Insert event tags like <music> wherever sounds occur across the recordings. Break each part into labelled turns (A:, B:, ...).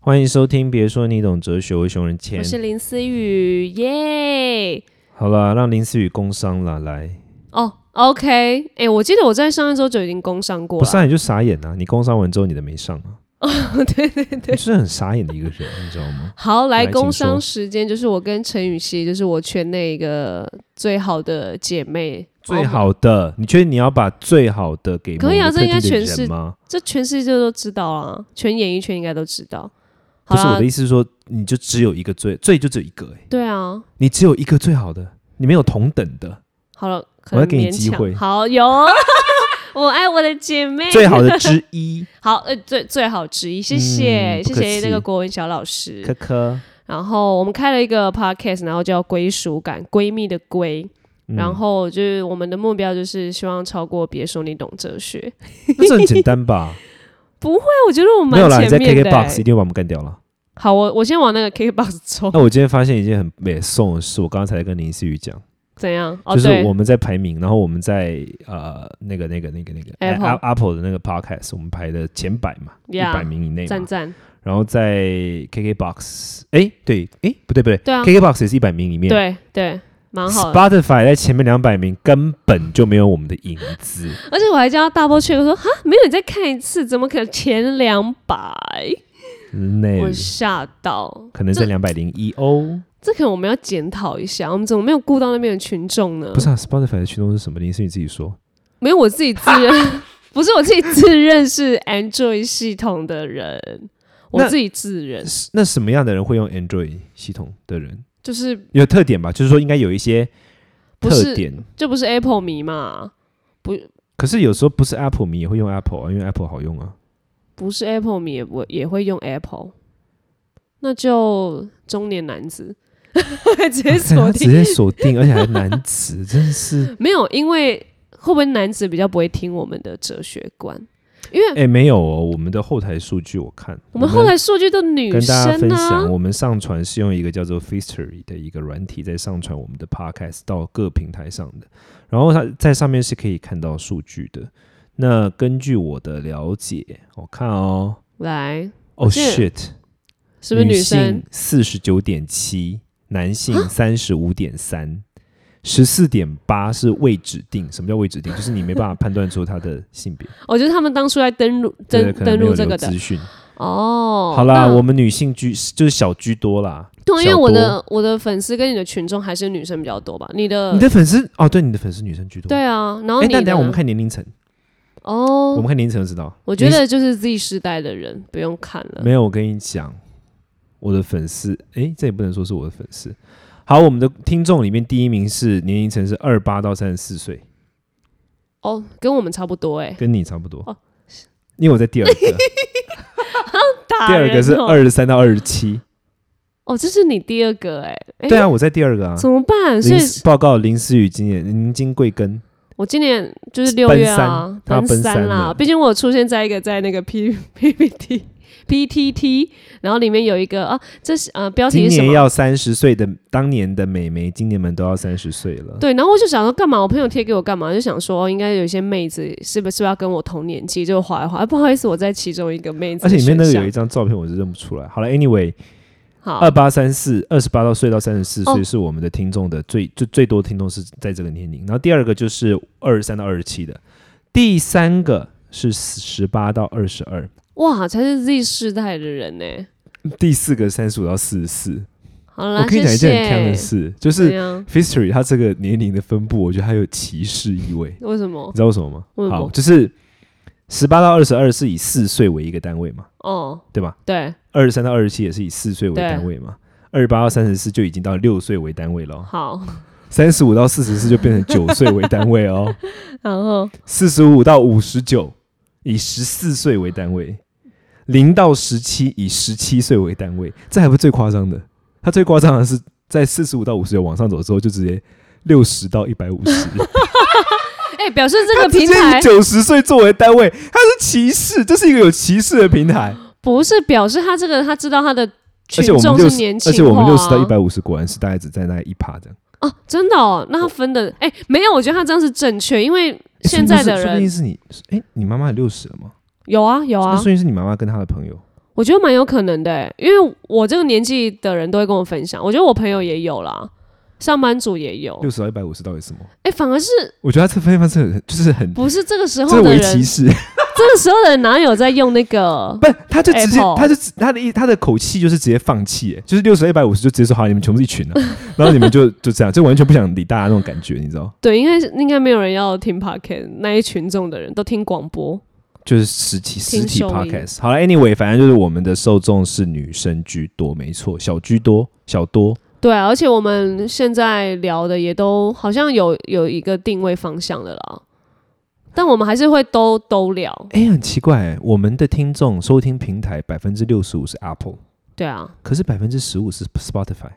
A: 欢迎收听，别说你懂哲学，我是熊仁谦
B: 我。是林思雨，耶！
A: 好啦，让林思雨工伤啦，来，
B: 哦，OK，哎、我记得我在上一周就已经工伤过
A: 不
B: 了，
A: 上你就傻眼啊！你工伤完之后你的没上啊，
B: <laughs> 对对对。
A: 你是很傻眼的一个人，你知道吗？
B: 好，来
A: 来
B: 工
A: 请说
B: 伤时间，就是我跟陈雨希，就是我圈内一个最好的姐妹，
A: 最
B: 哦，
A: 好的，你确定你要把最好的给
B: 可以啊
A: 某个
B: 这应
A: 特
B: 该
A: 定的
B: 全是
A: 人吗？
B: 这全世界都知道啦，全演艺圈应该都知道。好啊
A: 不是我
B: 啦
A: 的，意思是说，你就只有一个最最就只有一个、欸，
B: 对啊，
A: 你只有一个最好的，你没有同等的，
B: 好了，
A: 我
B: 可
A: 要
B: 能
A: 给你
B: 勉
A: 机
B: 强
A: 会
B: 好，有， <laughs> 我爱我的姐妹，
A: 最好的之一。
B: <laughs> 好，呃，最最好之一，谢谢，
A: 嗯不
B: 谢
A: 客
B: 谢那个
A: 气
B: 国文小老师，
A: 科科，
B: 然后我们开了一个 podcast，然后叫归属感，闺蜜的闺。
A: 嗯
B: 然后就是我们的目标就是希望超过别说你懂哲学。
A: 那这很简单吧？
B: 哎，我觉得我
A: 没有
B: <laughs> 蛮
A: 啦，你在
B: 前面的、
A: KKBOX 一
B: 欸。
A: 定会把我们干掉了。
B: 好，我我先往那个 KKBOX 冲，
A: 那我今天发现一件很美送的事，我刚才在跟林思雨讲，
B: 怎样？哦，
A: 就是
B: 对
A: 我，们在排名，然后我们在呃那个那个那个那个
B: Apple
A: 哎，App- Apple 的那个 Podcast，我们排的前百嘛，一
B: Yeah
A: 百名以内
B: 赞
A: 嘛。
B: 赞，
A: 然后在 KKBox，哎，对，哎，不对不对
B: 对啊
A: ，KKBox 也是一百名里面。
B: 对对，蛮好的。
A: Spotify 在前面两百名根本就没有我们的影子，
B: 而且我还叫他 double check 我说哈，没有你再看一次，怎么可能前两百？
A: 那
B: 我嗯吓到，
A: 可能在两百零一哦。
B: 这可能我们要检讨一下，我们怎么没有顾到那边的群众呢？
A: 不是啊，Spotify 的驱动是什么？林思雨自己说。
B: 没有我自己自认， <laughs> 不是我自己自认是 Android 系统的人，我
A: 那
B: 自己自认
A: 是那什么样的人会用 Android 系统的人？
B: 就是
A: 有特点吧，就是说应该有一些
B: 不
A: 特
B: 是
A: 点。
B: 就不是 Apple 迷嘛，不
A: 可是有时候不是 Apple 迷也会用 Apple 啊，因为 Apple 好
B: <laughs>
A: 用啊。
B: 不是 Apple 迷也不也会用 Apple，那就中年男子
A: <laughs>
B: 直接锁
A: 他直
B: 定
A: 接锁定，而且还难词，真是
B: <laughs> 没有，因为会不会男子比较不会听我们的哲学观？因为
A: 哎、没有哦。我们的后台数据我看，
B: 我们后来数据都女
A: 跟大家
B: 生
A: 分
B: 啊
A: 享，，我们上传是用一个叫做 Fistory 的一个软体在上传我们的 Podcast 到各平台上的，然后它在上面是可以看到数据的。那根据我的了解，我看哦，
B: 来
A: 哦、
B: 记得
A: shit，
B: 是不是女生啊
A: 性？四十九点七，男性三十五点三，十四点八是未指定。什么叫未指定？就是你没办法判断出他的性别，
B: 我觉哦得他们当初在登录
A: 对
B: <laughs> 登
A: 可能
B: 登
A: 没有
B: 录这
A: 留
B: 个的
A: 资讯。
B: 哦。
A: 好啦，
B: 那
A: 我们女性居就是小居多啦。
B: 对，因
A: 小
B: 为我
A: 多
B: 的我的粉丝跟你的群众还是女生比较多吧？你的
A: 你的粉丝哦，对，你的粉丝女生居多。
B: 呃对啊，然后
A: 哎，
B: 你
A: 但等一
B: 的
A: 下我们看年龄层，我
B: 哦
A: 们，看年龄层就知道。
B: 我觉
A: 你
B: 得就是 Z 世代的人不用看了
A: 没。有，我跟你讲，我的粉丝，哎，这也不能说是我的粉丝。好，我们的听众里面第一名是年龄层是二八到三十四岁，
B: 哦，跟我们差不多哎、
A: 跟你差不多。
B: 哦
A: 因为我在第二
B: <laughs>
A: 个，
B: 大
A: 第二个是
B: 人哦
A: 二十三到二十七。
B: 哦，这是你第二个哎、哎
A: 对啊，我在第二个啊。
B: 怎么办？所
A: 林
B: 以
A: 思报告林思雨今年林金贵庚？
B: 我今年就是六月啊
A: 奔三，他要奔
B: 三
A: 三
B: 啦。
A: 了
B: 毕竟我有出现在一个在那个 P P P T P T T，然后里面有一个啊，这是呃标题
A: 今
B: 是什
A: 年
B: 么？
A: 要三十岁的当年的美眉，今年们都要三十岁了。
B: 对，然后我就想说干嘛？我朋友贴给我干嘛？就想说、哦应该有一些妹子是不是要跟我同年纪？就划一划、啊，不好意思，我在其中一个妹子
A: 而
B: 的
A: 且里
B: 选项。
A: 面那个有一呃张照片，我是认不出来。好了，anyway，
B: 好
A: 二八三四，二十八到岁到三十四
B: 哦
A: 岁是我们的听众的最最最多听众是在这个年龄。然后第二个就是二十三到二十七的，第三个是十八到二十二，
B: 哇，才是 Z 世代的人呢、
A: 第四个三十五到四十四。
B: 好
A: 我
B: 啦，
A: 跟你讲一件很坑
B: 谢
A: 的
B: 谢。
A: 事，就
B: 怎
A: 是
B: 样？
A: History 它这个年龄的分布，我觉得它有歧视意味，你
B: 为什么？
A: 知道为什么吗
B: 为？什么
A: 好，就是十八到二十二是以四岁为一个单位嘛，
B: 哦，
A: 对吧？
B: 对，
A: 二十三到二十七也是以四岁为
B: 对
A: 单位嘛，二十八到三十四就已经到六岁为单位了哦，
B: 好，
A: 三十五到四十四就变成九岁为单位哦，
B: 然后
A: 四十五到五十九以十四岁为单位，零到十七以十七岁为单位，这还不是最夸张的。他最夸张的是在四十五到五十九往上走之后，就直接六十到一百五十，
B: 哎、表示 <laughs> 这
A: 他
B: 个
A: 直
B: 平
A: 接
B: 台
A: 以九十岁作为单位，他是歧视，这是一个有歧视的平台。
B: 不是表示他这个他知道他的
A: 而
B: 群
A: 且我们
B: 众
A: 六十，
B: 是年轻
A: 而且我们
B: 化
A: 六十到
B: 啊
A: 一百五十，果然是大概只占那一趴这样。
B: 哦，真的哦，那他分的哎、没有，我觉得他这样是正确，因为
A: 欸
B: 现在
A: 说不定
B: 的人
A: 是说不定是你，哎、你妈妈也六十了吗？
B: 有啊有
A: 那
B: 啊
A: 说，明是你妈妈跟她的朋友，
B: 我觉得蛮有可能的欸、因为我这个年纪的人都会跟我分享，我觉得我朋友也有啦，上班族也有，
A: 六十到一百五十到底是什么？
B: 哎、反而是
A: 我觉得他这分方式很就是很，
B: 不是这个时
A: 这
B: 候的
A: 为
B: 人，
A: 歧视。 <laughs>
B: 这个时候的人哪有在用那个？
A: 不，他就直接
B: Apple，
A: 他就直他的意他的口气就是直接放弃，哎就是六十、一百五十就直接说好，你们全部是一群啊，然后你们就就这样，就完全不想理大家那种感觉，你知道？
B: 对，应该是应该没有人要听 podcast，那一群众的人都听广播。
A: 就是实体实体
B: 听收音
A: podcast。好了，anyway，反正就是我们的受众是女生居多，没错，小居多，小多。
B: 对啊，而且我们现在聊的也都好像有有一个定位方向的啦，但我们还是会都都聊。
A: 哎、很奇怪、欸，我们的听众收听平台百分之六十五是 Apple，
B: 对啊，
A: 可是百分之十五是 Spotify。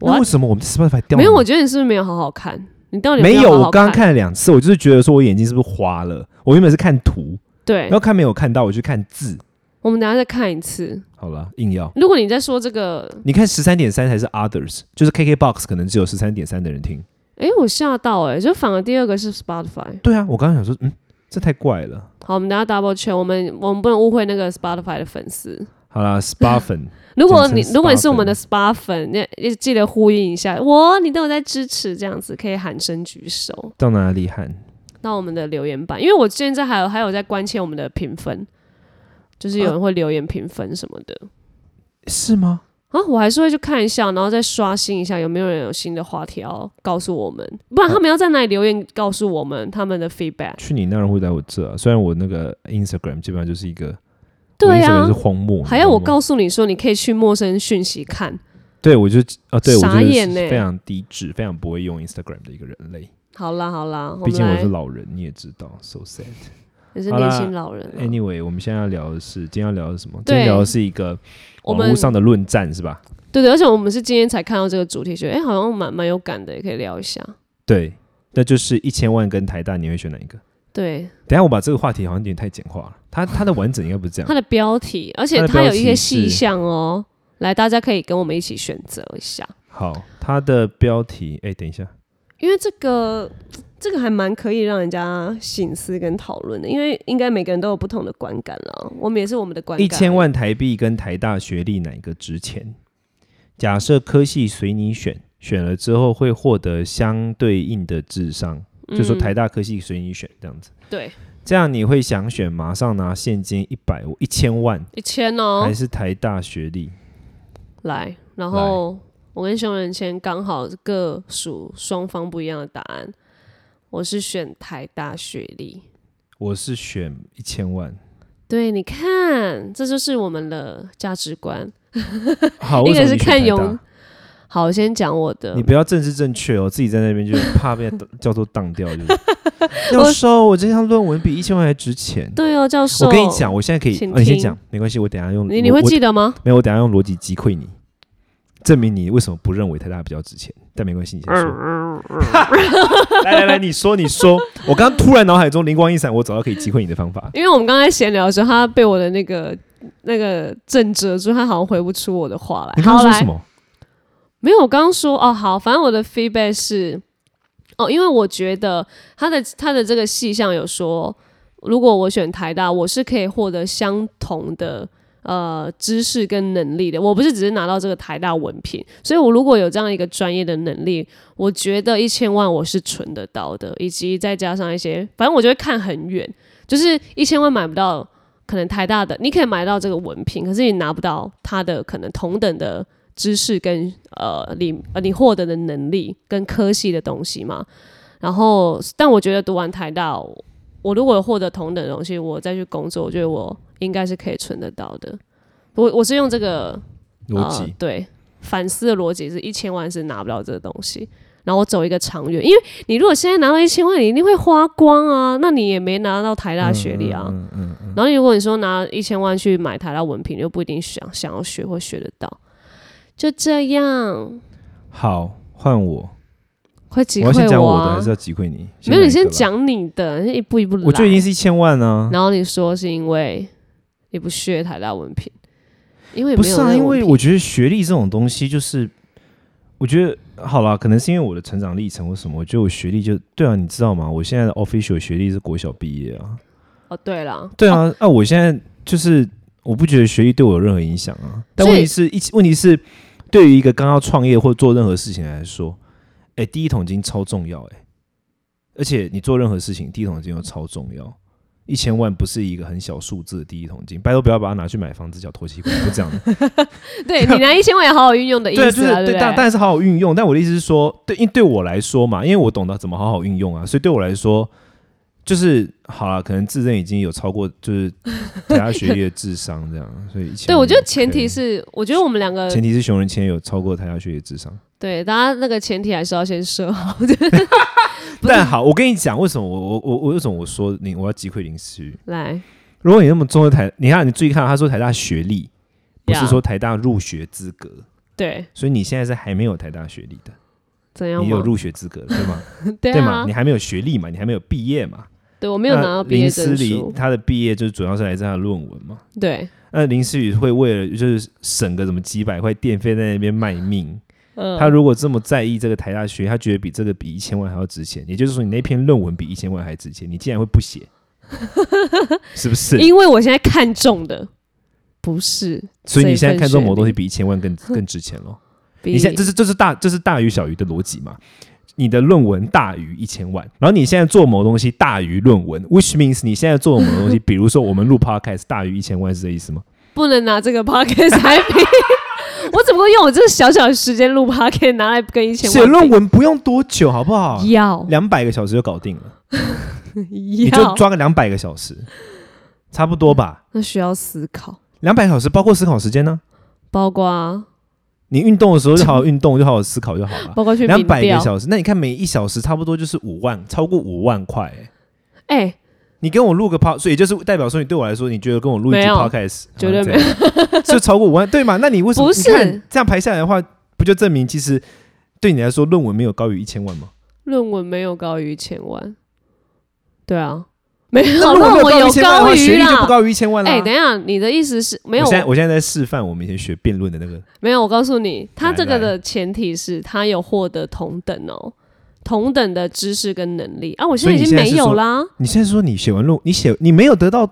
A: 那
B: What？
A: 为什么我们的 Spotify 掉了呢？
B: 没有，我觉得你是不是没有好好看？你到底有
A: 没
B: 有
A: 有，
B: 好好
A: 我刚刚看了两次，我就是觉得说我眼睛是不是花了？我原本是看图，
B: 对
A: 然，后看没有看到，我去看字。
B: 我们等一下再看一次。
A: 好了，硬要。
B: 如果你在说这个，
A: 你看十三点三才是 others，就是 KKBox 可能只有十三点三的人听。
B: 诶，我吓到诶，就反而第二个是 Spotify。
A: 对啊，我刚刚想说，嗯，这太怪了。
B: 好，我们等一下 double check，我们我们不能误会那个 Spotify 的粉丝。
A: 好啦 s p a
B: <laughs>
A: f e n
B: 如果你
A: 简称
B: 如果你是我们的
A: Spa
B: SPA 粉，那也记得呼应一下，我你都有在支持，这样子可以喊声举手
A: 到哪里喊？
B: 到我们的留言板，因为我现在还有还有在关切我们的评分，就是有人会留言评分什么的
A: 是吗？
B: 啊我还是会去看一下，然后再刷新一下有没有人有新的话题要告诉我们，不然他们要在哪里留言告诉我们他们的 feedback。
A: 去你那儿会来我这、啊，虽然我那个 Instagram 基本上就是一个，
B: 对
A: 呀、
B: 啊
A: 是，荒漠，
B: 还要我
A: 诉，
B: 告诉你说，你可以去陌生讯息看。
A: 对我就啊，对我
B: 傻
A: 就是
B: 眼欸
A: 非常低智，非常不会用 Instagram 的一个人类。
B: 好啦好啦，
A: 毕竟
B: 们
A: 我
B: 来
A: 是老人，你也知道，so sad。
B: 也是
A: 好
B: 年
A: 啦哎
B: 轻老人啊、
A: Anyway，我们现在要聊的是，今天要聊的是什么？今
B: 对
A: 天聊的是一个
B: 我
A: 网
B: 们
A: 络上的论战，是吧？
B: 对对，而且我们是今天才看到这个主题，觉得哎、诶好像蛮蛮有感的，也可以聊一下。
A: 对，那就是一千万跟台大，你会选哪一个？
B: 对，
A: 等一下我把这个话题好像有点太简化了，它它的完整应该不是这样
B: <laughs> 它。的标题，而
A: 它
B: 且
A: 的
B: 它
A: 标
B: 有一些
A: 题
B: 细
A: 是
B: 项哦，来，大家可以跟我们一起选择一下，
A: 好，它的标题，哎、等一下，
B: 因为这个这个还蛮可以让人家醒思跟讨论的，因为应该每个人都有不同的观感了，我们也是我们的观感。
A: 一千万台币跟台大学历哪个值钱？假设科系随你选，选了之后会获得相对应的智商，就说
B: 嗯
A: 台大科系随你选这样子，
B: 对
A: 这样你会想选马上拿现金一百一千万，
B: 一千哦
A: 还，是台大学历？
B: 来，然后我跟熊仁谦刚好各属双方不一样的答案，我是选台大学历。
A: 我是选一千
B: <laughs>
A: 万。
B: 对，你看，这就是我们的价值观。
A: 好，
B: 一个
A: 为什么
B: 是
A: 你选
B: 看
A: 台
B: 有
A: 大
B: 好，我先讲我的
A: 你。不要政治正确哦，自己在那边
B: <laughs>
A: 就是怕被叫做当掉，就是要
B: 我
A: 收我这项论文比一千万还值钱。
B: 对哦，教授，
A: 我跟你，讲，我现在可以，
B: 请
A: 哦你先
B: 听
A: 讲，没关系，我等一下用
B: 你你会
A: 我我
B: 记得吗？
A: 没有，我等一下用逻辑击溃你，证明你为什么不认为台大比较值钱。但没关系，你先说。 <laughs> 来来来，你说你说。我刚刚突然脑海中灵光一闪，我找到可以击溃你的方法。
B: 因为我们刚才闲聊的时候，他被我的那个那个震折住，他好像回不出我的话来。
A: 你刚刚
B: 好
A: 说什
B: 来，
A: 么？
B: 没有，我刚刚说哦，好，反正我的 feedback 是哦，因为我觉得他的他的这个细项有说，如果我选台大，我是可以获得相同的。呃，知识跟能力的，我不是只是拿到这个台大文凭，所以我如果有这样一个专业的能力，我觉得一千万我是存得到的，以及再加上一些，反正我就会看很远，就是一千万买不到，可能台大的你可以买到这个文凭，可是你拿不到它的可能同等的知识跟呃你呃你获得的能力跟科系的东西嘛。然后，但我觉得读完台大，我如果有获得同等的东西，我再去工作，我觉得我应该是可以存得到的。我我是用这个
A: 逻辑、
B: 呃对反思的逻辑是一千万是拿不到这个东西，然后我走一个长远，因为你如果现在拿到一千万，你一定会花光啊，那你也没拿到台大学历啊。
A: 嗯嗯嗯嗯
B: 然后如果你说拿一千万去买台大文凭，就不一定想想要学或学得到。就这样，
A: 好，换我。
B: 快呃击
A: 我要先
B: 溃
A: 讲我的，
B: 啊
A: 还！是要击溃你？
B: 没有，你
A: 哪一
B: 先
A: 个啦。
B: 讲你的，一步一步来。
A: 我就已经是一千万啊。
B: 然后你说是因为你不屑台大文凭，因为
A: 不
B: 没有
A: 是啊，
B: 那个
A: 因为
B: 文
A: 我
B: 凭
A: 觉得学历这种东西，就是我觉得好啦，可能是因为我的成长历程或什么，我觉得我学历就对啊，你知道吗？我现在的 official 学历是国小毕业啊，
B: 哦，对了，
A: 对啊，啊，我现在就是我不觉得学历对我有任何影响啊。但
B: 所以
A: 问题是一起，问题是对于一个刚要创业或做任何事情来说，哎、第一桶金超重要哎、而且你做任何事情，第一桶金又超重要。一千万不是一个很小数字的第一桶金，拜托不要把它拿去买房子、缴头期款，不是这样的。
B: <laughs> 对你拿一千万也好好运用的意思
A: 对，
B: 啊，
A: 就是
B: 不
A: 对，当当然是好好运用。但我的意思是说，对，因为对我来说嘛，因为我懂得怎么好好运用啊，所以对我来说，就是好了，可能自认已经有超过就是 <laughs> 其他学历的智商这样，所以
B: 对，我觉得前提
A: 是
B: 是，呃我觉得我们两个
A: 前提是熊仁谦有超过台大学历的智商。
B: 对大家那个前提还是要先设
A: <laughs>
B: 好。
A: 但好，我跟你讲，为什么我我我我为什么我说你我要击溃林思雨？
B: 来，
A: 如果你那么重视台，你看你注意看，他说台大学历，不是
B: 呀
A: 说台大入学资格，
B: 对
A: 所以你现在是还没有台大学历的，
B: 怎样
A: 你有
B: 吗？
A: 入学资格对吗？
B: 对
A: 对
B: 啊
A: 嘛？你，还没有学历嘛？你还没有毕业嘛？
B: 对我没有拿
A: 那
B: 到毕
A: 林
B: 业
A: 思
B: 证
A: 怡
B: 书。
A: 她的毕业就是主要是来自她的论文嘛。
B: 对，
A: 那林思雨会为了就是省个什么几百块电费在那边卖命。
B: 嗯，
A: 她如果这么在意这个台大学，她觉得比这个比一千万还要值钱，也就是说你那篇论文比一千万还值钱，你竟然会不写，是不是？
B: 因为我现在看中的不是，
A: 所以你现在
B: 这份
A: 看中某
B: 学
A: 东西比一千万更更值钱咯。
B: 比
A: 你现在这是这是大这是大于小于的逻辑嘛？你的论文大于一千万，然后你现在做某东西大于论文，which means 你现在做某东西，比如说我们录 podcast 大于一千万是这意思吗？
B: 不能拿这个 podcast 来比。 <laughs> 我只不过用我这小小的时间录 podcast 拿来跟以前
A: 写论文不用多久，好不好？
B: 要
A: 两百个小时就搞定了，你就
B: 要，
A: 抓个两百个小时，差不多吧？
B: 那需要思考，
A: 两百小时包括思考时间呢、
B: 包括啊
A: 你运动的时候就好好运动，就好好思考就好了。
B: 包括去
A: 两
B: 民
A: 百个
B: 调。
A: 小时，那你看每一小时差不多就是五万，超过五万块、欸。
B: 哎、
A: 你跟我录个 pod，所以就是代表说，你对我来说，你觉得跟我录一
B: 没
A: 集
B: 有
A: podcast
B: 绝对没
A: 有， <laughs> 就超过五万，对吗？那你为什么
B: 不是
A: 你看这样排下来的话，不就证明其实对你来说，论文没有高于一千万吗？
B: 论文没有高于一千万，对啊，没有
A: 那论
B: 论
A: 文没
B: 文
A: 有高于
B: 有
A: 一千万的话，学
B: 于
A: 历就不
B: 啦。
A: 高于一千万了。
B: 哎、等一下，你的意思是没有
A: 我现在我现在在示范我们以前学辩论的那个，
B: 没有？我告诉你，他
A: 来
B: 这个
A: 来
B: 的前提是他有获得同等哦，同等的知识跟能力啊。我现
A: 所以
B: 在已
A: 你现
B: 经
A: 在
B: 没
A: 是
B: 有
A: 说
B: 啦。
A: 你现在说你写完论，你写你没有得到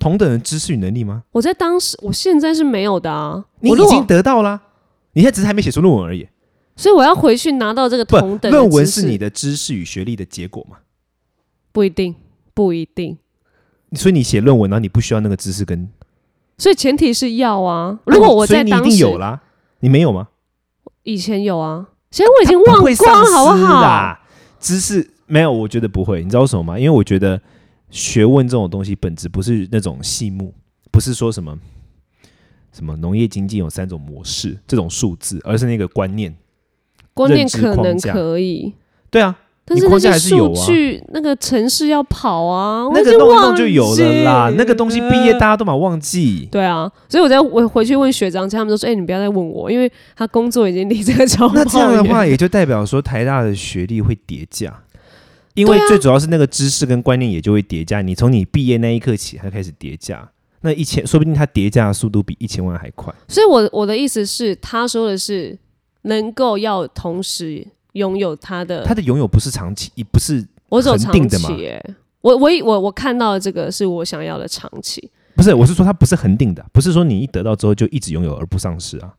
A: 同等的知识与能力吗？
B: 我在当时，我现在是没有的啊。
A: 你
B: 我如
A: 已
B: 果
A: 经得到啦，你现在只是还没写出论文而已。
B: 所以我要回去拿到这个
A: 不
B: 同，等的
A: 论文
B: 知识
A: 是你的知识与学历的结果嘛？
B: 不一定，不一定。
A: 所以你写论文，然后你不需要那个知识跟
B: 所以前提是要啊。如果我
A: 嗯所以
B: 在
A: 你一
B: 当
A: 定
B: 时
A: 有啦，你没有吗？
B: 以前有啊，现在我已经
A: 不
B: 忘
A: 会
B: 光
A: 丧
B: 好不
A: 失
B: 好？
A: 啦？知识没有，我觉得不会。你知道为什么吗？因为我觉得学问这种东西本质不是那种细目，不是说什么什么农业经济有三种模式这种数字，而是那个观念。
B: 观念
A: 认知
B: 可
A: 框
B: 能
A: 架
B: 可以，
A: 对啊，
B: 但
A: 你
B: 是那
A: 框架
B: 些
A: 还是有
B: 数
A: 啊
B: 据、那个城市要跑啊，我
A: 那
B: 已
A: 个
B: 经
A: 弄一
B: 忘
A: 弄就有了啦
B: 记。
A: 那个东西毕业
B: 了
A: 大家都把忘记。
B: 对啊，所以我在我回去问学长姐，他们都说：“哎、你不要再问我，因为他工作已经离这个超
A: 那这样的
B: 远
A: 话，也就代表说台大的学历会叠加，因为
B: 对啊
A: 最主要是那个知识跟观念也就会叠加。你从你毕业那一刻起，它就开始叠加。那一千，说不定它叠加的速度比一千万还快。
B: 所以我我的意思是，他说的是能够要同时拥有他的，
A: 它的拥有不是长期，也不是
B: 我走长
A: 恒定的嘛
B: 期、欸。我我以我我看到的这个是我想要的长期，
A: 不是，我是说它不是恒定的，不是说你一得到之后就一直拥有而不丧失啊。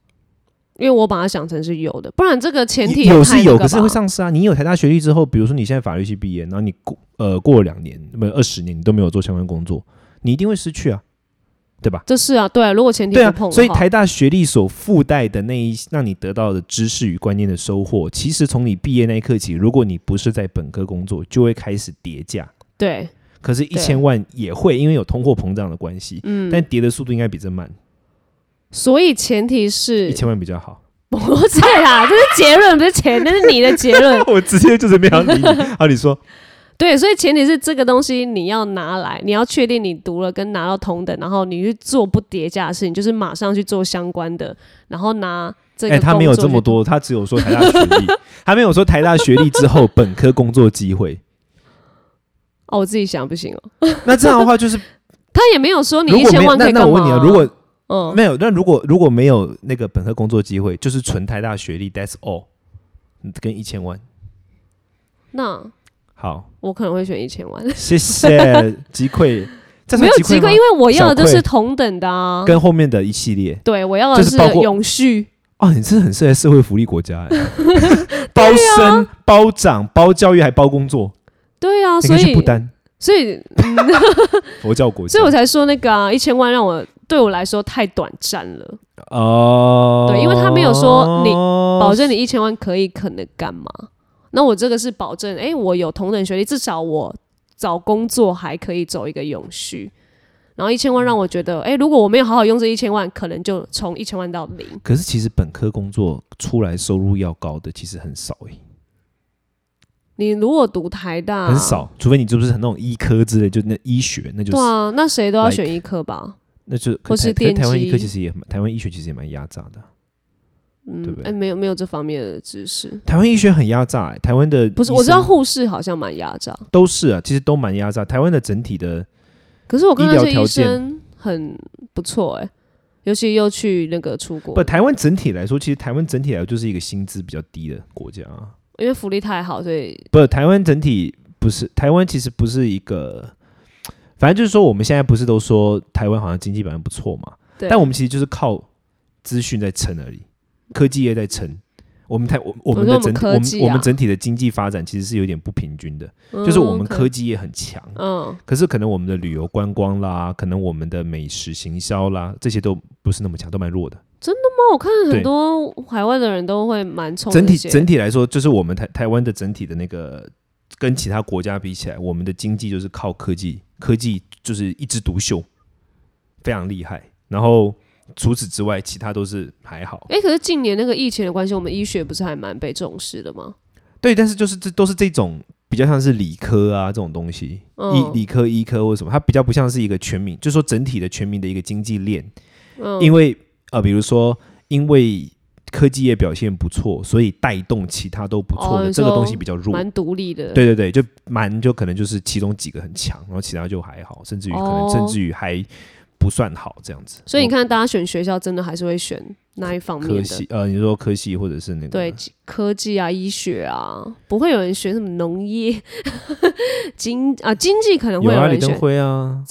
B: 因为我把它想成是有的，不然这个前提
A: 有
B: 也
A: 有
B: 太
A: 是
B: 那个
A: 有，
B: 吧
A: 可是会丧失啊。你有台大学历之后，比如说你现在法律系毕业，然后你过呃过了两年，没有二十年，你都没有做相关工作，你一定会失去啊，对吧？
B: 这是啊，对啊，如果前提
A: 对
B: 不
A: 啊
B: 碰的，话，
A: 所以台大学历所附带的那一让你得到的知识与观念的收获，其实从你毕业那一刻起，如果你不是在本科工作，就会开始叠价。
B: 对，
A: 可是，一千万也会因为有通货膨胀的关系，
B: 嗯，
A: 但叠的速度应该比这慢，
B: 所以前提是
A: 一千万比较好。 <laughs>
B: 不是啦，这是结论，不是前，那是你的
A: <laughs>
B: 结论。
A: 我直接就是没有理你。啊，你
B: <laughs>
A: 说
B: 对，所以前提是这个东西你要拿来，你要确定你读了跟拿到同等，然后你去做不叠加的事情，就是马上去做相关的，然后拿这个、
A: 哎、他没有这么，多，他只有说台大学历， <laughs> 他没有说台大学历之后本科工作机会。
B: 哦，我自己想不行哦。
A: 那这样的话，就是
B: 他也没有说你
A: 如
B: 一
A: 果没
B: 千
A: 有
B: 万
A: 那
B: 可以干嘛、
A: 那我问你啊，如果
B: 嗯，
A: 没有，那如果如果没有那个本科工作机会，就是纯台大学历，that's all，嗯跟一千万。
B: 那
A: 好，
B: 我可能会选一千万。
A: 谢谢击溃。这
B: <laughs> 没
A: 算
B: 有
A: 极
B: 机
A: 吗
B: 会，因为我要
A: 小
B: 的就
A: 愧
B: 是同等的啊。
A: 跟后面的一系列
B: 对，我要的
A: 就是包括
B: 永续。
A: 哦，你真的很适合社会福利国
B: <laughs>
A: 家、欸，
B: 啊
A: 包生、包长、包教育，还包工作，
B: 对啊，
A: 你
B: 所
A: 可以去
B: 以
A: 不丹
B: 所以
A: 佛教国家，
B: 所以我才说那个啊，一千万让我对我来说太短暂了。
A: 哦，
B: 对因为他没有说你保
A: 你
B: 证你一千万可以可能干嘛？那我这个是保证，哎，我有同等学历，至少我找工作还可以走一个永续。然后一千万让我觉得，哎，如果我没有好好用这一千万，可能就从一千万到零。
A: 可是其实本科工作出来收入要高的其实很少欸诶、
B: 你如果读台大，
A: 很，少，除非你就是很那种医科之类，就那医学，那就是、
B: 对啊，那谁都要
A: like-
B: 选一科吧？
A: 那就
B: 或是
A: 可台可台湾
B: 电
A: 医科
B: 机
A: 其实也蛮台湾医学其实也蛮压榨的啊，对
B: 嗯
A: 不，对
B: 哎，没有没有这方面的知识，
A: 台湾医学很压榨、欸，台湾的
B: 不是
A: 医
B: 我知道
A: 生
B: 护士好像蛮压榨，
A: 都是啊，其实都蛮压榨，台湾的整体的
B: 可是我看
A: 医
B: 到
A: 疗
B: 这
A: 条
B: 医
A: 件
B: 生很不错哎、尤其又去那个出国
A: 不，，台湾整体来说，其实台湾整体来说就是一个薪资比较低的国家啊。
B: 因为福利太好，所以
A: 不，台湾整体不是台湾，其实不是一个，反正就是说，我们现在不是都说台湾好像经济表现不错嘛，
B: 对。
A: 但我们其实就是靠资讯在撑而已，科技业在撑。我们台我我们的
B: 我说我们
A: 整体
B: 科
A: 我们
B: 技
A: 我们
B: 啊
A: 整体的经济发展其实是有点不平均的，
B: 嗯
A: 就是我们科
B: 可
A: 技业很强，
B: 嗯，
A: 可是可能我们的旅游观光啦，可能我们的美食行销啦，这些都不是那么强，都蛮弱的。
B: 那我看
A: 对
B: 很多海外的人都会蛮冲
A: 整体
B: 这些
A: 整体来说，就是我们台台湾的整体的那个跟其他国家比起来，我们的经济就是靠科技，科技就是一枝独秀，非常厉害。然后除此之外，其他都是还好。
B: 哎、可是近年那个疫情的关系，我们医学不是还蛮被重视的吗？
A: 对，但是就是这都是这种比较像是理科啊这种东西，医、
B: 嗯
A: 理科、医科或者什么，它比较不像是一个全民，就是说整体的全民的一个经济链。
B: 嗯，
A: 因为呃，比如说因为。科技业表现不错，所以带动其他都不错
B: 哦
A: 的、
B: 你
A: 这个
B: 说
A: 东西比较弱。
B: 蛮独立的。
A: 对对对，就蛮就可能就是其中几个很强，然后其他就还好，甚至于可能、
B: 哦
A: 甚至于还不算好这样子。
B: 所以你
A: 看
B: 看，大家选学校真的还是会选那一方
A: 科
B: 面的
A: 系，，嗯呃，你说科系或者是那个
B: 对科技啊、医学啊，不会有人选什么农业、 <laughs> 经啊经济可能
A: 有
B: 会
A: 啊，李
B: 人选
A: 登。辉啊，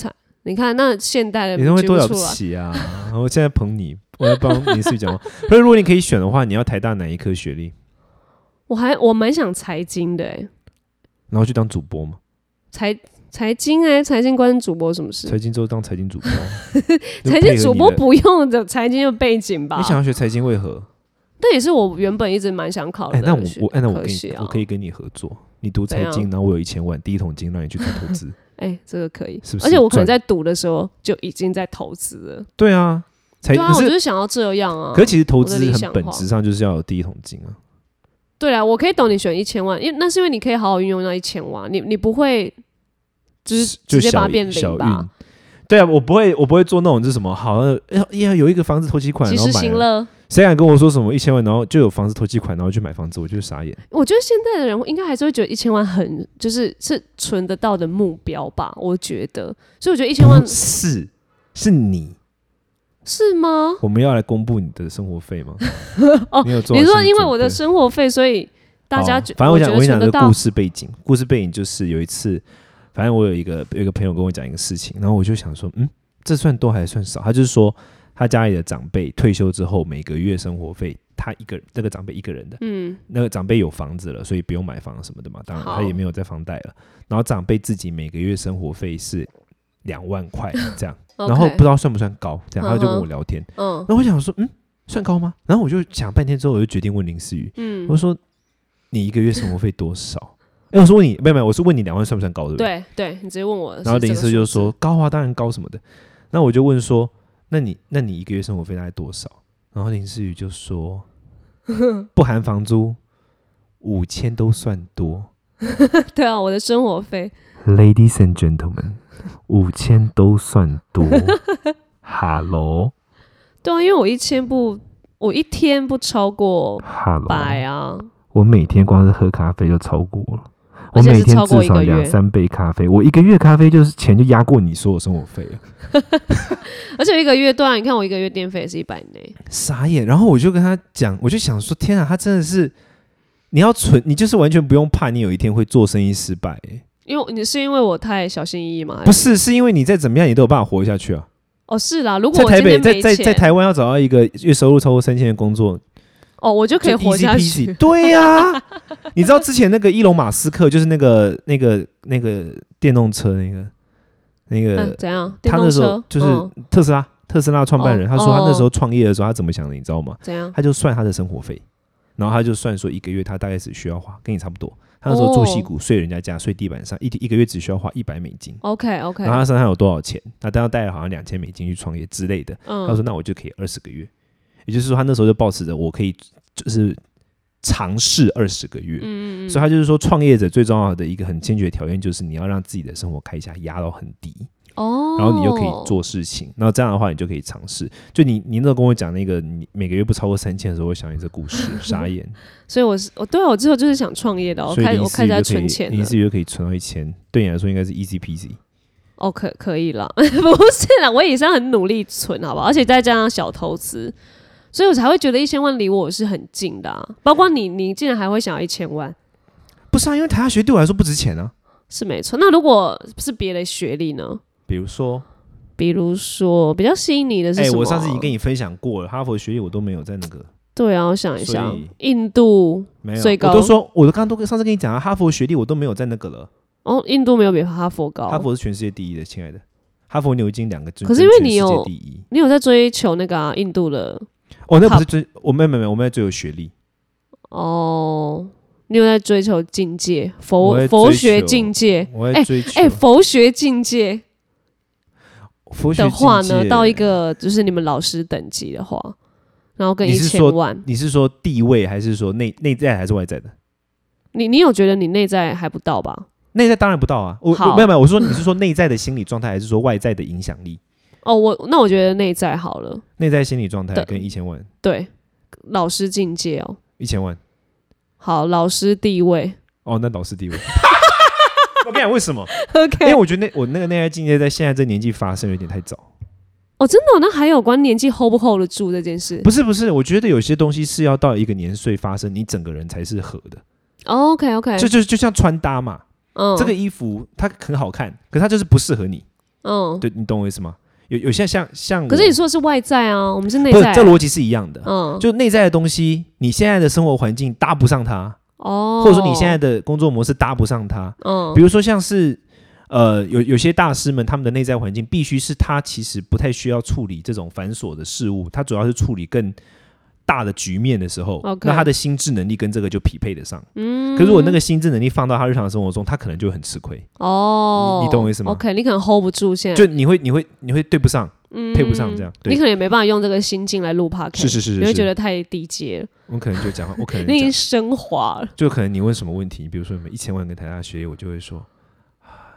B: 你看，那现代的
A: 李登辉
B: 举
A: 多
B: 不
A: 了
B: 出
A: 不
B: 来，
A: 起啊！我现在捧你，我要帮林思雨讲话。 <laughs> 所以如果你可以选的话，你要台大哪一科学历，
B: 我还我蛮想财经的、欸，
A: 然后去当主播嘛？
B: 财财经哎、财经关主播什么事？，
A: 财经之后当财经主播
B: <laughs>
A: 就
B: 财经
A: 配合
B: 主
A: 你
B: 播
A: 的
B: 不用的财经的背景吧
A: 你？想要学财经为何？
B: 那也是我原本一直蛮想考
A: 哎
B: 虑，
A: 那
B: 的
A: 我
B: 学
A: 我哎那我
B: 科
A: 跟
B: 系
A: 你
B: 啊。
A: 我可以跟你合作，你读
B: 怎
A: 财
B: 样
A: 经，然后我有一千万，第一桶金让你去做投资。 <laughs>
B: 哎、这个可以，
A: 是不
B: 而且
A: 是
B: 我可能
A: 赚
B: 在读的时候就已经在投资了。
A: 对啊，财
B: 对啊，
A: 可
B: 我
A: 是
B: 就是想要这样啊。
A: 可是其实投
B: 我的
A: 资
B: 理
A: 很
B: 想
A: 本
B: 化
A: 质上就是要有第一桶金啊。
B: 对啊，我可以懂你选一千万，因为那是因为你可以好好运用那一千万，你你不会就是
A: 就
B: 直接把
A: 小
B: 它变
A: 小
B: 零吧
A: 运？。对啊，我不会，我不会做那种就是什么好像要要有一个房子投期款，
B: 及
A: 然后
B: 时
A: 买
B: 行
A: 了。
B: 乐。
A: 谁敢跟我说什么一千万，然后就有房子投期款，然后去买房子，我就傻眼。
B: 我觉得现在的人应该还是会觉得一千万很就是是存得到的目标吧，我觉得。所以我觉得一千万
A: 不是是你，
B: 是吗？
A: 我们要来公布你的生活费吗？
B: <laughs> 哦
A: 你有做好
B: 你说
A: 心理
B: 因为
A: 准
B: 我的
A: 备
B: 生活费，所以大家
A: 哦
B: 觉、
A: 反正我
B: 我
A: 讲
B: 觉
A: 我
B: 得
A: 跟你讲
B: 存
A: 这个
B: 得到
A: 故事背景，故事背景就是有一次，反正我有一个有一个朋友跟我讲一个事情，然后我就想说，嗯，这算多还算少？他就是说他家里的长辈退休之后，每个月生活费他一个人，那个长辈一个人的，
B: 嗯，
A: 那个长辈有房子了，所以不用买房什么的嘛，当然
B: 好
A: 他也没有在房贷了，然后长辈自己每个月生活费是两万块这样，然后
B: <laughs> OK
A: 不知道算不算高，这样他就跟
B: 嗯
A: 我
B: 哼
A: 聊天，
B: 嗯
A: 那我想说，嗯，算高吗？然后我就想半天之后，我就决定问林思雨。
B: 嗯，
A: 我说你一个月生活费多少？哎、我是问你，没有没有，我是问你两万算不算高，对不对？
B: 嗯对对，你直接问我是这
A: 然后
B: 个数字。
A: 林思就说高啊，当然高什么的。那我就问说，那你那你一个月生活费大概多少？然后林思雨就
B: <laughs>
A: 说，不含房租，五千都算多。
B: <laughs> 对啊，我的生活费
A: Ladies and gentlemen，五千都算多。哈喽
B: 对啊，因为我一千不，我一天不超过
A: 哈喽
B: 百啊，
A: 我每天光是喝咖啡就超过了，
B: 而
A: 我
B: 且
A: 每
B: 是
A: 天
B: 超过
A: 至
B: 一个
A: 少
B: 月
A: 两三杯咖啡，我一个月咖啡就是钱就压过你所有生活费了，
B: 而且一个月对啊，你看我一个月电费也是一百内，
A: 傻眼。然后我就跟他讲，我就想说，天啊，他真的是，你要存，你就是完全不用怕你有一天会做生意失败、欸
B: 因因为你是因为我太小心翼翼嘛？
A: 不是，是因为你再怎么样，你都有办法活下去啊。
B: 哦，是啦，如果
A: 在
B: 我
A: 台
B: 今
A: 北，
B: 天
A: 在
B: 没
A: 在在
B: 钱，
A: 台湾要找到一个月收入超过三千的工作，
B: 哦，我就可以
A: 就
B: 活
A: easy
B: 下
A: peasy
B: 去。
A: 对呀、
B: <laughs>
A: 你知道之前那个伊隆马斯克，就是那个那个那个电动车那个那
B: 嗯
A: 个，
B: 怎样？电
A: 他
B: 动
A: 那时
B: 车
A: 候就是
B: 嗯
A: 特斯拉，特斯拉创办人，
B: 哦
A: 他说他那时
B: 哦
A: 候创业的时候，他怎么想的，你知道吗？
B: 怎样？
A: 他就算他的生活费，然后他就算说一个月他大概只需要花，跟你差不多。他那时候住戏
B: 哦
A: 谷，睡人家家，睡地板上，一一个月只需要花一百美金。
B: OK OK，
A: 然后他身上有多少钱？他当时带了好像两千美金去创业之类的。
B: 嗯，
A: 他说：“那我就可以二十个月。”也就是说，他那时候就抱持着我可以就是尝试二十个月。
B: 嗯，嗯嗯
A: 所以他就是说，创业者最重要的一个很坚决的条件就是你要让自己的生活开销压到很低，
B: 哦，
A: 然后你就可以做事情。那这样的话，你就可以尝试。就你，你那时候跟我讲那个，你每个月不超过三千的时候，我想起这故事，傻眼。
B: 所以我是我对啊我之后就是想创业的，我
A: 所以
B: 开
A: 林
B: 我
A: 思
B: 开
A: 雨
B: 始在
A: 就可
B: 存
A: 以，
B: 钱
A: 林
B: 了。
A: 思雨就可以存到一千，对你来说应该是 easy peasy。
B: 哦，可可以了， <laughs> 不是啦，我也是很努力存，好不好？而且再加上小投资，所以我才会觉得一千万离我是很近的、啊。包括你，你竟然还会想要一千万，
A: 不是啊，因为台大学对我来说不值钱啊。
B: 是没错。那如果是别的学历呢？
A: 比如说，
B: 比如说比较吸引你的是
A: 哎、
B: 什么？
A: 我上次已经跟你分享过了，哈佛学历我都没有在那个。
B: 对啊，我想一下
A: 所以，
B: 印度
A: 没有，
B: 最高
A: 我都说，我都刚刚都跟上次跟你讲了，哈佛学历我都没有在那个了。
B: 哦，印度没有比哈佛高。
A: 哈佛是全世界第一的，亲爱的，哈佛牛津两个真，
B: 可是因为你
A: 全世界
B: 有
A: 第一，
B: 你有在追求那个、啊、印度的
A: 哦，那不是追，我们没有没有，我们在追求学历，
B: 哦？你有在追求境界，
A: 我在
B: 佛
A: 追
B: 佛学
A: 求
B: 境界？
A: 我在追求。
B: 哎、佛学境界。
A: 佛学
B: 的话
A: 境
B: 呢，
A: 界
B: 到一，个就是你们老师等级的话，然后跟
A: 你
B: 一
A: 是
B: 千
A: 说
B: 万，
A: 你是说地位还是说内内在还是外在的？
B: 你你有觉得你内在还不到吧？
A: 内在当然不到啊，我
B: 好
A: 我没有没有，我说你是说内在的心理状态，还是说外在的影响力？
B: 哦，我那我觉得内在好了，
A: 内在心理状态
B: 对
A: 跟一千万，
B: 对，老师境界哦，
A: 一千万
B: 好，老师地位
A: 哦，那老师
B: <laughs>
A: 地位。我跟你讲为什么？ <laughs> 因为
B: ，OK，
A: 我觉得那我那个内在境界在现在这年纪发生有点太早。
B: 哦，真的哦、那还有关年纪 hold 不 hold 得住这件事
A: 不是不是，我觉得有些东西是要到一个年岁发生，你整个人才是合的。
B: ，OK OK，
A: 就就就像穿搭嘛，
B: 嗯，
A: 这个衣服它很好看，可它就是不适合你。
B: 嗯，
A: 对你懂我意思吗？有有些像像我，
B: 可是你说的是外在啊，我们是内
A: 嗯不是
B: 在
A: 这
B: 啊，
A: 逻辑是一样的。
B: 嗯，
A: 就内在的东西，你现在的生活环境搭不上它，
B: 哦，
A: 或者说你现在的工作模式搭不上它。
B: 嗯
A: 比如说像是呃有有些大师们，他们的内在环境必须是他其实不太需要处理这种繁琐的事物，他主要是处理更大的局面的时候
B: OK
A: 那他的心智能力跟这个就匹配得上。
B: 嗯，
A: 可是我那个心智能力放到他日常生活中，他可能就会很吃亏，
B: 哦，
A: 你你懂我意思吗
B: ？OK，你可能 hold 不住现在，嗯
A: 就你会你会你会对不上，配不上这样。
B: 你
A: 对
B: 可，能也没办法用这个心境来录 podcast，
A: 是是是
B: 你
A: 是
B: 会觉
A: 是，
B: 得太低阶了，
A: 我可能就讲话，我可能
B: <laughs> 你已经
A: 讲，
B: 升华了。
A: 就可能你问什么问题，比如说你们一千万跟台大学业，我就会说。啊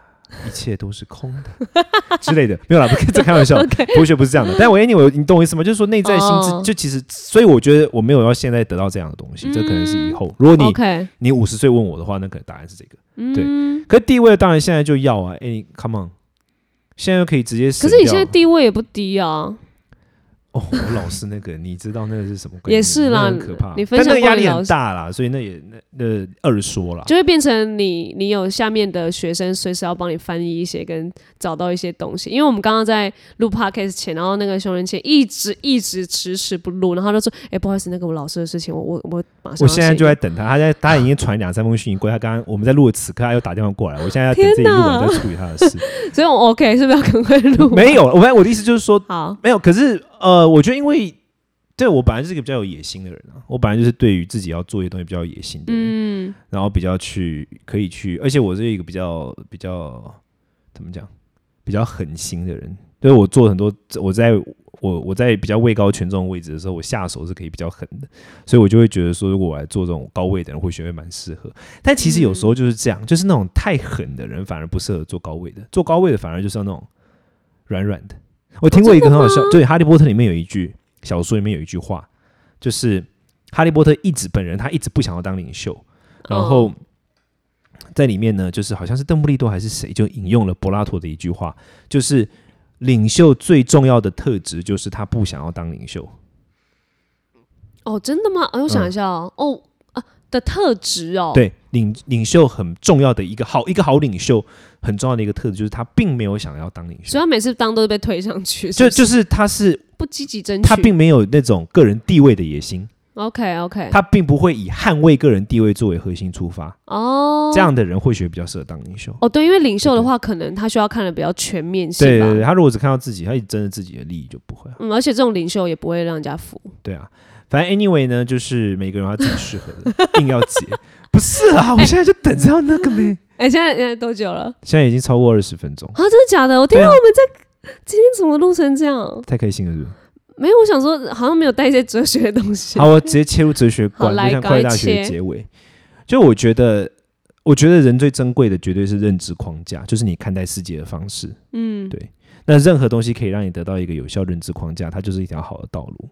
A: 一切都是空
B: <laughs>
A: 的之类的，没有啦，不，这开玩笑，博学不是这样的。但我 anyway，你懂我意思吗？就是说内在心智
B: 哦
A: 就其实，所以我觉得我没有要现在得到这样的东西，这可能是以后。如果你
B: 嗯 OK，
A: 你五十岁问我的话，那可能答案是这个。
B: 嗯，
A: 可地位当然现在就要啊，哎、c o m e on，现在就可以直接省
B: 可
A: 掉。
B: 是你现在地位也不低啊，
A: 哦，我老师那个，你知道那个是什么概念？
B: 也是啦
A: 那很可怕。
B: 你分享
A: 但那个
B: 过
A: 压
B: 你
A: 力
B: 老
A: 很
B: 师
A: 大啦，所以那也那那二说啦。
B: 就会变成你你有下面的学生随时要帮你翻译一些跟找到一些东西，因为我们刚刚在录 podcast 前，然后那个熊仁谦一直一直迟迟不录，然后他就说：“哎、不好意思，那个我老师的事情，我我我马上。”
A: 我现在就在等他，他在他已经传两三封讯息过来，他刚刚我们在录的此刻，他又打电话过来，我现在要等自己录完
B: 天哪
A: 再处理他的事。 <laughs>
B: 所以我 OK 是不是要赶快录？
A: 没有，我我的意思就是说，
B: <laughs> 好，
A: 没有。可是呃，我觉得因为对我本来就是一个比较有野心的人啊，我本来就是对于自己要做一些东西比较有野心的人。
B: 嗯，
A: 然后比较去可以去，而且我是一个比较比较怎么讲，比较狠心的人，就是我做很多，我在我我在比较位高权重的位置的时候，我下手是可以比较狠的，所以我就会觉得说，如果我来做这种高位的人，或许会蛮适合。但其实有时候就是这样，就是那种太狠的人反而不适合做高位的，做高位的反而就是要那种软软的。我听过一个很好笑，对《哈利波特》里面有一句小说里面有一句话，就是哈利波特一直本人他一直不想要当领袖，然
B: 哦
A: 后
B: 嗯
A: 在里面呢，就是好像是邓布利多还是谁，就引用了柏拉图的一句话，就是领袖最重要的特质就是他不想要当领袖。
B: 哦，真的吗？哎、我想一下哦，哦啊，的特质哦。，
A: 嗯对，领领袖很重要的一个好一个好领袖很重要的一个特质就是他并没有想要当领
B: 所
A: 袖
B: 以，他每次当都是被推上去，
A: 就是
B: 不是
A: 就是他是
B: 不积极争取。
A: 他并没有那种个人地位的野心，
B: OK OK，
A: 他并不会以捍卫个人地位作为核心出发，
B: 哦，
A: 这样的人或许比较适合当领袖。
B: 哦，对，因为领袖的话，可能他需要看的比较全面性
A: 对
B: 吧。
A: 对对，他如果只看到自己，他一直争着自己的利益就不会啊。
B: 嗯，而且这种领袖也不会让人家服。
A: 对啊，反正 anyway 呢，就是每个人有他自己适合的，硬要结。 <laughs> 不是啊，我现在就等着要那个呗。
B: <laughs> 哎、现在现在多久了？
A: 现在已经超过二十分钟，
B: 啊，真的假的？我听
A: 对
B: 到
A: 啊
B: 我们在、今天怎么录成这样？
A: 太开心了是不是，
B: 没有，我想说好像没有带一些哲学的东西。
A: 好，我直接切入哲学观，
B: 好来
A: 就像快乐大学的结尾。就我觉得，我觉得人最珍贵的绝对是认知框架，就是你看待世界的方式。
B: 嗯，
A: 对那任何东西可以让你得到一个有效认知框架，它就是一条好的道路。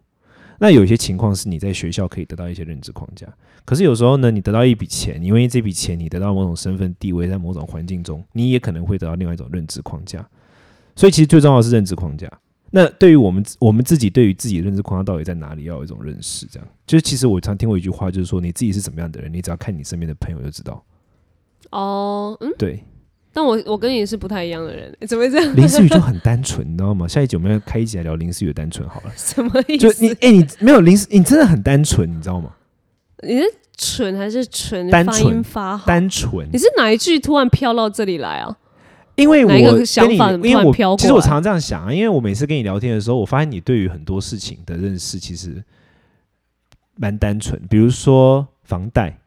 A: 那有些情况是你在学校可以得到一些认知框架，可是有时候呢，你得到一笔钱，你因为这笔钱，你得到某种身份地位，在某种环境中，你也可能会得到另外一种认知框架。所以其实最重要的是认知框架。那对于我们我们自己对于自己的认知框架到底在哪里，要有一种认识。这样，就是其实我常听过一句话，就是说你自己是怎么样的人，你只要看你身边的朋友就知道。
B: 哦，嗯，
A: 对，
B: 但我我跟你是不太一样的人，怎么会这样？
A: 林思雨就很单纯，你知道吗？下一集我们要开一集来聊林思雨的单纯好
B: <laughs>
A: 了。
B: <laughs> 什么意
A: 就
B: 思？
A: 你哎、你没有林思，你真的很单纯，你知道吗？
B: 你是蠢还是蠢？
A: 单
B: 发
A: 纯
B: 音发好。
A: 单纯
B: 你，是哪一句突然飘到这里来啊？
A: 因为
B: 哪一
A: 我
B: 个
A: 跟
B: 想
A: 你
B: 法怎，么
A: 因
B: 突
A: 为
B: 然
A: 我
B: 飘过
A: 其实我
B: 来
A: 常常这样想啊，因为我每次跟你聊天的时候，我发现你对于很多事情的认识其实蛮单纯，比如说房贷。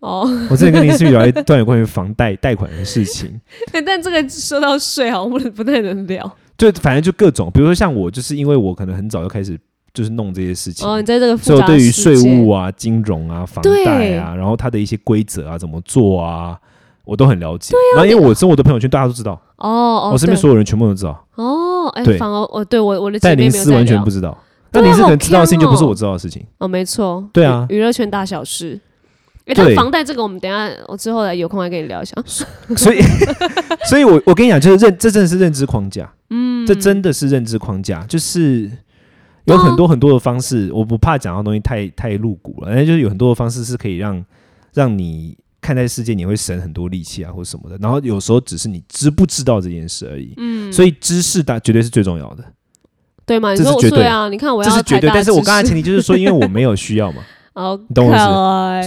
B: 哦，
A: <laughs> 我之前跟林思雨聊一段有关于房贷贷款的事情，
B: 哎但这个说到税，好像不不太能聊。
A: 就反正就各种，比如说像我，就是因为我可能很早就开始就是弄这些事情，
B: 哦，你在这个复
A: 所以
B: 杂
A: 我对于
B: 的世
A: 税
B: 界
A: 务啊、金融啊、房贷啊，然后它的一些规则啊、怎么做啊，我都很了解。然后因为我生活的朋友圈大家都知道，
B: 哦啊哦，
A: 我身边
B: 对
A: 所有人全部都知道，
B: 哦，哎、
A: 对
B: 反而我对我我的姐
A: 但
B: 妹
A: 林
B: 没有
A: 思
B: 在
A: 完全
B: 聊
A: 不知道。那
B: 对啊
A: 林思可
B: 好
A: 能知道的事情就不是
B: 坑哦
A: 我知道的事情。
B: 哦，没错，
A: 对啊
B: 娱娱乐圈大小事。哎、但
A: 对
B: 房贷这个我们等一下我之后来有空来跟你聊一下。 <laughs>
A: 所以， <laughs> 所以我我跟你讲，就是认这真的是认知框架，嗯，这真的是认知框架，就是有很
B: 哦
A: 多很多的方式，我不怕讲到东西太太露骨了，但就是有很多的方式是可以让让你看待世界，你会省很多力气啊或什么的。然后有时候只是你知不知道这件事而已，
B: 嗯，
A: 所以知识大绝对是最重要的，
B: 对嘛？你
A: 这
B: 说
A: 是
B: 我
A: 绝
B: 对啊，你看我要
A: 这是绝对。
B: 台大
A: 但是我刚才
B: 知识
A: 前提就是说，因为我没有需要
B: <laughs>
A: 嘛，
B: 哦，
A: 你懂我意思
B: 思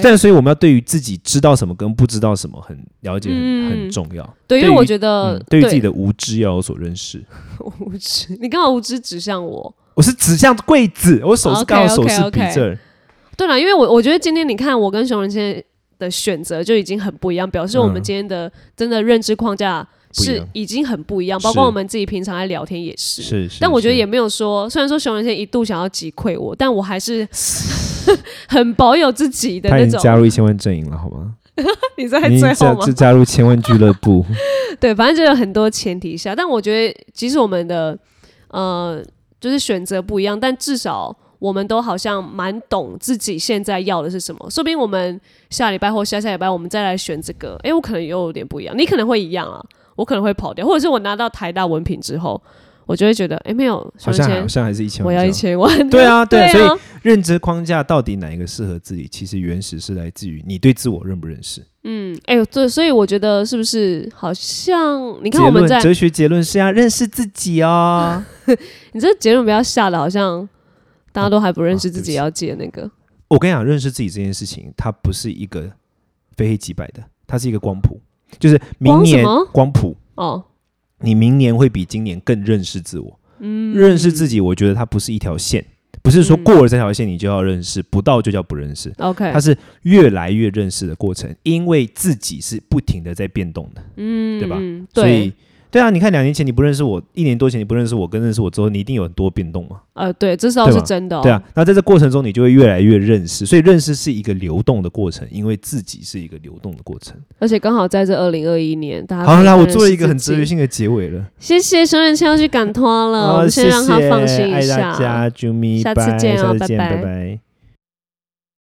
A: 但所以我们要对于自己知道什么跟不知道什么很了解很、
B: 嗯呃
A: 很重要，
B: 对，因为
A: 对于
B: 我觉得
A: 嗯，对于自己的无知要有所认识。
B: 我无知，你刚好无知指向我。
A: 我是指向柜子，我手是
B: OK，
A: 刚好手是比
B: OK，OK
A: 这儿。
B: 对了，因为我我觉得今天你看我跟熊仁现在的选择就已经很不一样，表示我们
A: 嗯
B: 今天的真的认知框架
A: 不一
B: 是
A: 样
B: 已经很不一样，包括
A: 是
B: 我们自己平常在聊天也是。
A: 是是
B: 但我觉得
A: 是
B: 也没有说，虽然说熊仁先一度想要击溃我，但我还是 <laughs> 很保有自己的
A: 他
B: 那
A: 已经加
B: 种。
A: 入一千万阵营了，好吗？
B: <laughs> 你在
A: 你已
B: 最
A: 经加
B: 后吗
A: 就？加入千万俱乐部，
B: 对，反正就有很多前提下，但我觉得即使我们的呃就是选择不一样，但至少我们都好像蛮懂自己现在要的是什么。说不定我们下礼拜或下下礼拜我们再来选这个，诶，我可能有点不一样，你可能会一样啊，我可能会跑掉，或者是我拿到台大文凭之后，我就会觉得诶，没有
A: 好像
B: 熊仁
A: 还好
B: 谦，
A: 像还是一千
B: 我
A: 万。
B: 要一。千万。
A: 对啊，对
B: <laughs> 对
A: 啊，
B: 啊
A: 所以认知框架到底哪一个适合自己，其实原始是来自于你对自我认不认识。
B: 嗯，哎、呦，对，所以我觉觉得是不是好像你
A: 结
B: 看我们
A: 论
B: 在，
A: 哲学结论是要认识自己哦。
B: 你这结论不要下的，好像大家都还不认识
A: 啊对
B: 自
A: 不
B: 己
A: 起
B: 要借那个。
A: 我跟你讲，认识自己这件事情，它不是一个非黑即白的，它是一个光谱，就是明
B: 光什
A: 年
B: 么
A: 光谱，
B: 哦，
A: 你明年会比今年更认识自我。
B: 嗯，
A: 认识自己，我觉得它不是一条线，不是说过了这条线你就要认识，不到就叫不认识，
B: OK，
A: 它是越来越认识的过程，因为自己是不停的在变动的，
B: 嗯，
A: 对吧
B: 嗯
A: 所以
B: 对，
A: 对啊，你看两年前你不认识我，一年多前你不认识我，跟认识我之后，你一定有很多变动嘛，
B: 呃，对，这倒
A: 对
B: 是
A: 吧
B: 真的、哦，
A: 对啊，那在这过程中你就会越来越认识，所以认识是一个流动的过程，因为自己是一个流动的过程。
B: 而且刚好在这二零二一年，大家
A: 好
B: 可以
A: 啦，
B: 更
A: 我
B: 认
A: 做了
B: 识
A: 一个很
B: 自
A: 哲学
B: 己，
A: 性的结尾了，
B: 谢谢熊仁谦要去赶拖了，我
A: 好
B: 们
A: 谢
B: 先
A: 谢，
B: 让他放心一
A: 爱
B: 下，
A: 大家，啾咪，
B: 下次见
A: 下
B: 哦
A: 次
B: 拜
A: 见，
B: 拜
A: 拜